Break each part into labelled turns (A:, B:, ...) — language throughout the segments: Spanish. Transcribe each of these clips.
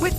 A: With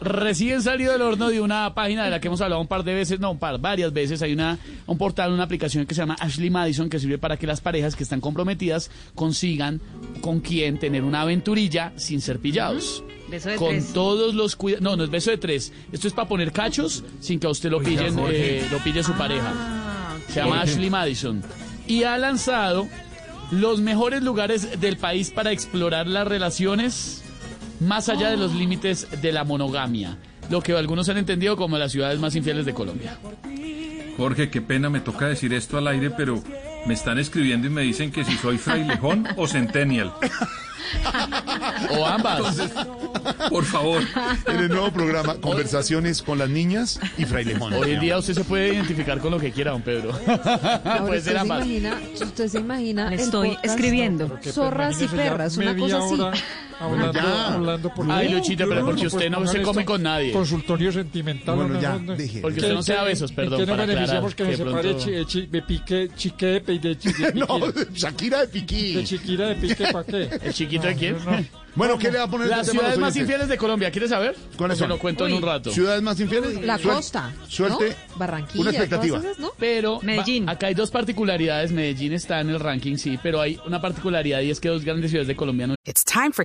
B: Recién salido del horno de una página de la que hemos hablado un par de veces, no, un par, varias veces. Hay una, un portal, una aplicación que se llama Ashley Madison que sirve para que las parejas que están comprometidas consigan con quién tener una aventurilla sin ser pillados.
C: Beso de
B: con
C: tres.
B: todos los cuidados. No, no es beso de tres. Esto es para poner cachos sin que a usted lo pillen, eh, lo pille
C: Ah,
B: su pareja. Se llama Ashley Madison. Y ha lanzado los mejores lugares del país para explorar las relaciones más allá de los límites de la monogamia, lo que algunos han entendido como las ciudades más infieles de Colombia.
D: Jorge, qué pena me toca decir esto al aire, pero me están escribiendo y me dicen que si soy frailejón o centennial.
B: O ambas.
D: Por favor.
E: En el nuevo programa, conversaciones con las niñas y Frailejón.
B: Hoy en día usted se puede identificar con lo que quiera, don Pedro.
E: Ah,
F: Ahora,
B: puede ser
F: usted, se
B: ambas.
F: imagina, usted se imagina.
C: Le
F: el
C: estoy
F: podcast,
C: escribiendo.
F: Zorras y perras, una cosa así.
G: Hablando,
E: Ya.
G: hablando por
B: Ah, Ay,
G: mí.
B: Luchita, pero porque usted no
G: pongan
B: se
G: esto,
B: come con nadie.
G: Consultorio sentimental.
E: Bueno,
G: no,
E: ya,
G: no, no.
E: deje.
B: Porque
G: Que-
B: usted no se da
G: que-
B: besos,
G: y
B: perdón,
G: Que no
B: para
G: beneficiamos
B: aclarar.
G: que me
B: de
G: separe,
B: pronto-
G: chi- eh, chi- me pique, chiquepe y de chiquepe.
E: No, Shakira de
G: De
E: Piquí.
G: chiquira de pique, ¿para qué?
B: ¿El chiquito de quién?
E: Bueno, ¿qué le va a poner
B: Las
E: de tema a los
B: ciudades más
E: oyentes?
B: infieles de Colombia, ¿quiere saber?
E: ¿Cuáles
B: Se
E: son?
B: lo cuento en un rato.
E: ¿Ciudades más infieles?
F: La
E: Suel-
F: costa.
E: Suelte.
F: ¿no? Barranquilla.
E: Una expectativa.
F: todas esas, ¿no?
B: Pero
C: Medellín.
B: va- acá hay dos particularidades. Medellín está en el ranking, sí, pero hay una particularidad y es que dos grandes ciudades de Colombia no
H: It's time for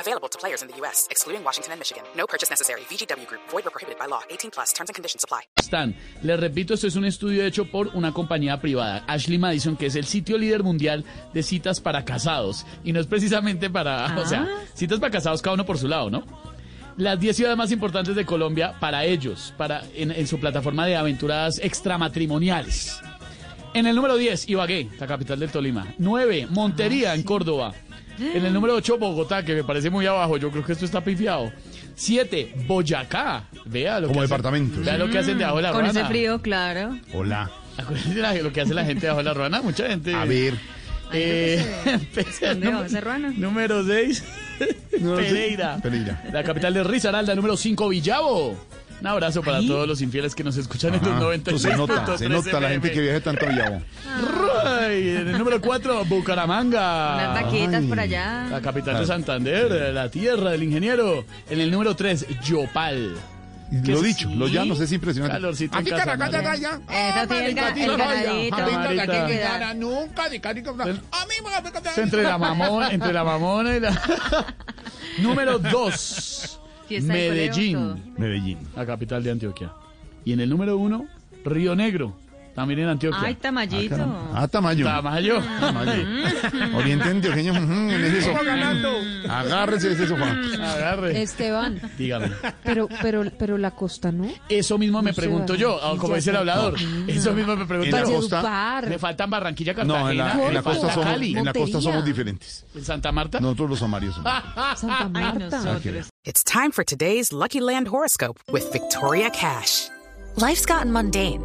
H: Available to players in the U.S., excluding Washington and Michigan. No purchase necessary. VGW Group, void were prohibited by law. 18 plus terms and conditions apply.
B: están. Les repito, esto es un estudio hecho por una compañía privada, Ashley Madison, que es el sitio líder mundial de citas para casados. Y no es precisamente para, o sea, citas para casados cada uno por su lado, ¿no? Las 10 ciudades más importantes de Colombia para ellos, para, en, en su plataforma de aventuras extramatrimoniales. En el número 10, Ibagué, la capital del Tolima.
C: Ah,
B: 9, Montería, en Córdoba. En el número 8, Bogotá, que me parece muy abajo. Yo creo que esto está pifiado. 7, Boyacá. Vea lo
E: Como
B: que hacen-
E: departamento,
B: Vea
E: sí.
B: lo que hacen debajo de la
C: Con
B: rana.
C: ese frío, claro.
E: Hola.
B: Acuérdense de la- lo que hace la gente bajo la ruana, mucha gente.
E: A ver.
B: Eh, Pereira,
C: esconde bajo esa ruana.
B: Número 6, Pereira.
E: Pereira.
B: La capital de Risaralda, número 5, Villavo. Un abrazo para todos los infieles que nos escuchan en los
E: Ah,
B: 90.
E: entonces se nota, se nota la gente que viaja tanto a Villavo.
B: En el número 4,
C: Unas
B: Bucaramanga.
C: vaquitas por
B: La
C: allá.
B: capital
E: Ah.
B: de Santander, la tierra del ingeniero. En el número 3, Yopal. ¿Qué
E: Lo
B: es-
E: dicho, lo ya nos es impresionante.
B: Calorcito en
E: Aquí
B: casa,
E: Caracas,
B: madre.
E: ya, ya.
C: Eso
E: Ah,
C: tiene el
E: marica,
C: ca-
E: sí,
C: el
E: no, ya.
C: canadito,
E: Marica,
B: marica.
E: que
C: Cuidado.
E: cara, nunca de carico, bla. A mí me va a pegar.
B: entre la mamona, entre la mamona y la número 2
C: Fiesta de coleo,
B: Medellín,
E: Medellín.
B: la capital de Antioquia. Y en el número 1 Río Negro, también en Antioquia.
C: Ay, Tamayito.
E: Ah, Tamayo.
B: Tamayo.
E: Oriente Antioqueño. ujú, en ese sofá. Agárrese de ese sofá.
B: Agarre.
F: Esteban,
B: Dígame.
F: pero, pero, pero la costa no.
B: Eso mismo me
F: No se
B: pregunto
F: va.
B: yo, ah, como dice el hablador. Eso mismo me pregunto
E: En la
B: yo.
E: costa.
F: Valledupar.
B: Me faltan Barranquilla,
E: No, en
B: Cartagena,
E: la, en la
B: me falta
E: costa somos,
B: Cali,
E: en la costa
F: Montería.
E: somos diferentes.
B: en Santa Marta.
E: Nosotros los amarillos somos.
F: Santa
C: Ay,
F: Marta.
C: nosotros.
H: It's time for today's Lucky Land horoscope with Victoria Cash. Life's gotten mundane,